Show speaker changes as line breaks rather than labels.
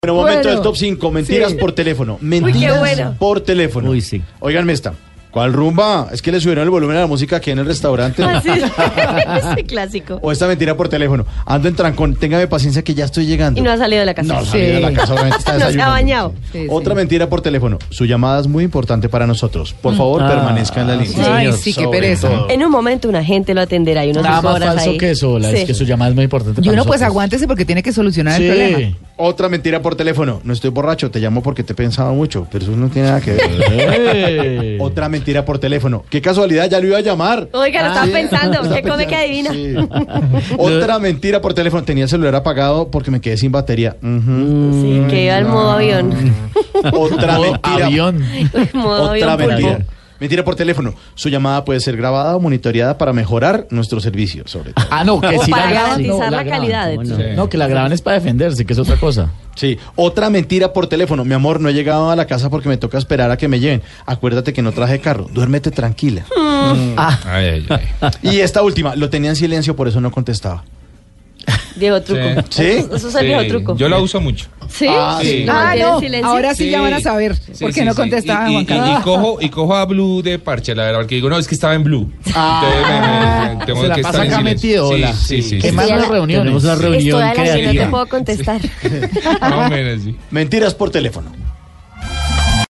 Bueno, momento
Bueno.
del top 5, mentiras
Sí.
por teléfono. Mentiras
bueno.
por teléfono.
Uy, sí.
Óiganme esta. ¿Cuál rumba? Es que le subieron el volumen a la música aquí en el restaurante.
Ah, sí. Ese clásico.
O esta mentira por teléfono. Ando en trancón, téngame paciencia que ya estoy llegando.
Y no ha salido de la casa.
No, salió de la
Sí.
casa, obviamente está
No se ha
desayunando.
bañado.
Sí.
Sí,
Otra mentira por teléfono. Su llamada es muy importante para nosotros.
Mm.
Por favor,
Ah,
permanezca en la línea.
Ay,
sí, qué
Sobre
pereza.
todo.
En un momento una gente lo atenderá y unas
Nada
dos
más
horas
falso
ahí.
que eso, la
Sí.
es que su llamada es muy importante.
Y
para
uno pues
nosotros.
aguántese porque tiene que solucionar el problema.
Sí.
Otra mentira por teléfono. No estoy borracho, te llamo porque te he pensado mucho, pero eso no tiene nada que ver.
Eh.
Otra mentira por teléfono. Qué casualidad, ya lo iba a llamar.
Oiga, lo
Ah,
están
sí.
pensando.
Está
¿Qué come que adivina?
pensando, sí. Otra mentira por teléfono. Tenía el celular apagado porque me quedé sin batería. Ujú.
Sí,
Mm,
que iba al modo avión.
Otra
Modo
mentira.
Avión.
modo
Otra
avión
mentira.
pulpo.
Mentira por teléfono. Su llamada puede ser grabada o monitoreada para mejorar nuestro servicio, sobre todo.
Ah, no, que
O
si
para
la graban.
garantizar la,
no,
calidad. de tu-
No, que la graban es para defenderse, que es otra cosa.
Sí. Otra mentira por teléfono. Mi amor, no he llegado a la casa porque me toca esperar a que me lleven. Acuérdate que no traje carro. Duérmete tranquila. Y esta última. Lo tenía en silencio, por eso no contestaba.
Viejo truco.
Sí.
Eso eso es el viejo truco.
Yo la uso mucho.
¿Sí?
Ah, sí.
Ah,
Mantiene
no,
silencio.
ahora sí, ya van a saber
Sí,
porque
sí,
no
sí.
contestaba
y, y-
Juan Carlos.
Y, cojo, y cojo a Blue de parche, la verdad, porque digo, no, es que estaba en Blue.
Ah.
Entonces, me- me-
Se la
que estar
pasa
en
acá
silencio.
metido,
Sí,
hola.
Sí, sí,
Qué
sí.
malas
Tenemos
reuniones.
una
Estoy
reunión
a las 7
creativa.
no te puedo contestar.
Más o menos, sí.
Mentiras por teléfono.